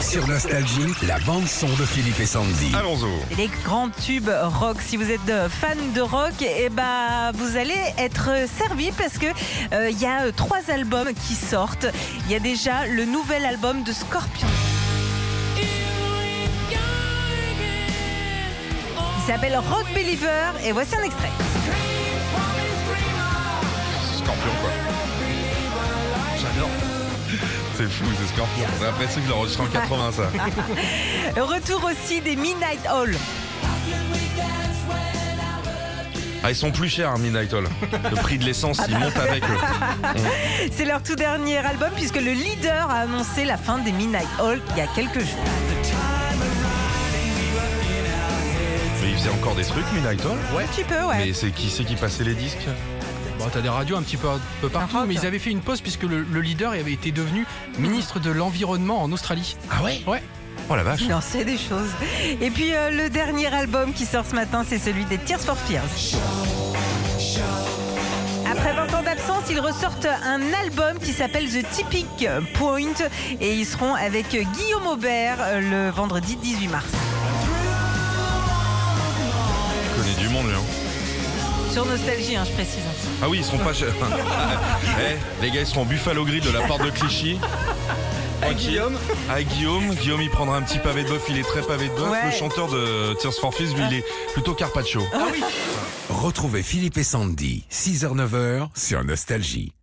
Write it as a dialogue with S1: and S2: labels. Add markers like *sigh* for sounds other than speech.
S1: Sur Nostalgie, la bande-son de Philippe et Sandy.
S2: Ah. Allons-y.
S3: Les grands tubes rock. Si vous êtes euh, fan de rock, eh ben, vous allez être servi parce que euh, il y a euh, trois albums qui sortent. Il y a déjà le nouvel album de Scorpion. Il s'appelle Rock Believer et voici un extrait.
S2: Scorpion, quoi. J'adore. C'est fou, c'est Scorpion. J'ai l'impression qu'il a enregistré en 80, ça.
S3: Retour aussi des Midnight Hall.
S2: Ah, ils sont plus chers, hein, Midnight Oil. Le prix de
S3: Ah,
S2: l'essence, il monte avec. eux.
S3: C'est leur tout dernier album puisque le leader a annoncé la fin des Midnight Hall il y a quelques jours.
S2: Mais ils faisaient encore des trucs, Midnight Oil.
S3: Un petit peu, ouais.
S2: Mais c'est qui c'est qui passait les disques
S4: Bon, t'as des radios un petit peu, un peu partout,
S3: rock.
S4: mais ils avaient fait une pause puisque le, le leader avait été devenu ministre de l'environnement en Australie.
S2: Ah ouais
S4: Ouais.
S2: Oh la vache.
S3: Il en sait des choses. Et puis euh, le dernier album qui sort ce matin, c'est celui des Tears for Fears. Après 20 ans d'absence, ils ressortent un album qui s'appelle The Typic Point et ils seront avec Guillaume Aubert euh, le vendredi 18 mars.
S2: Il connaît du monde, lui. hein.
S3: Sur Nostalgie, hein, je précise.
S2: Ah oui, ils seront pas chers. *laughs* Eh, les gars, ils seront en Buffalo Grill de la porte de Clichy. À Guillaume À Guillaume. Guillaume, il prendra un petit pavé de bœuf. Il est très pavé de bœuf.
S3: Ouais.
S2: Le chanteur de Tears for Fears, lui, il est plutôt Carpaccio.
S1: Retrouvez Philippe et Sandy, 6h-9h, sur Nostalgie.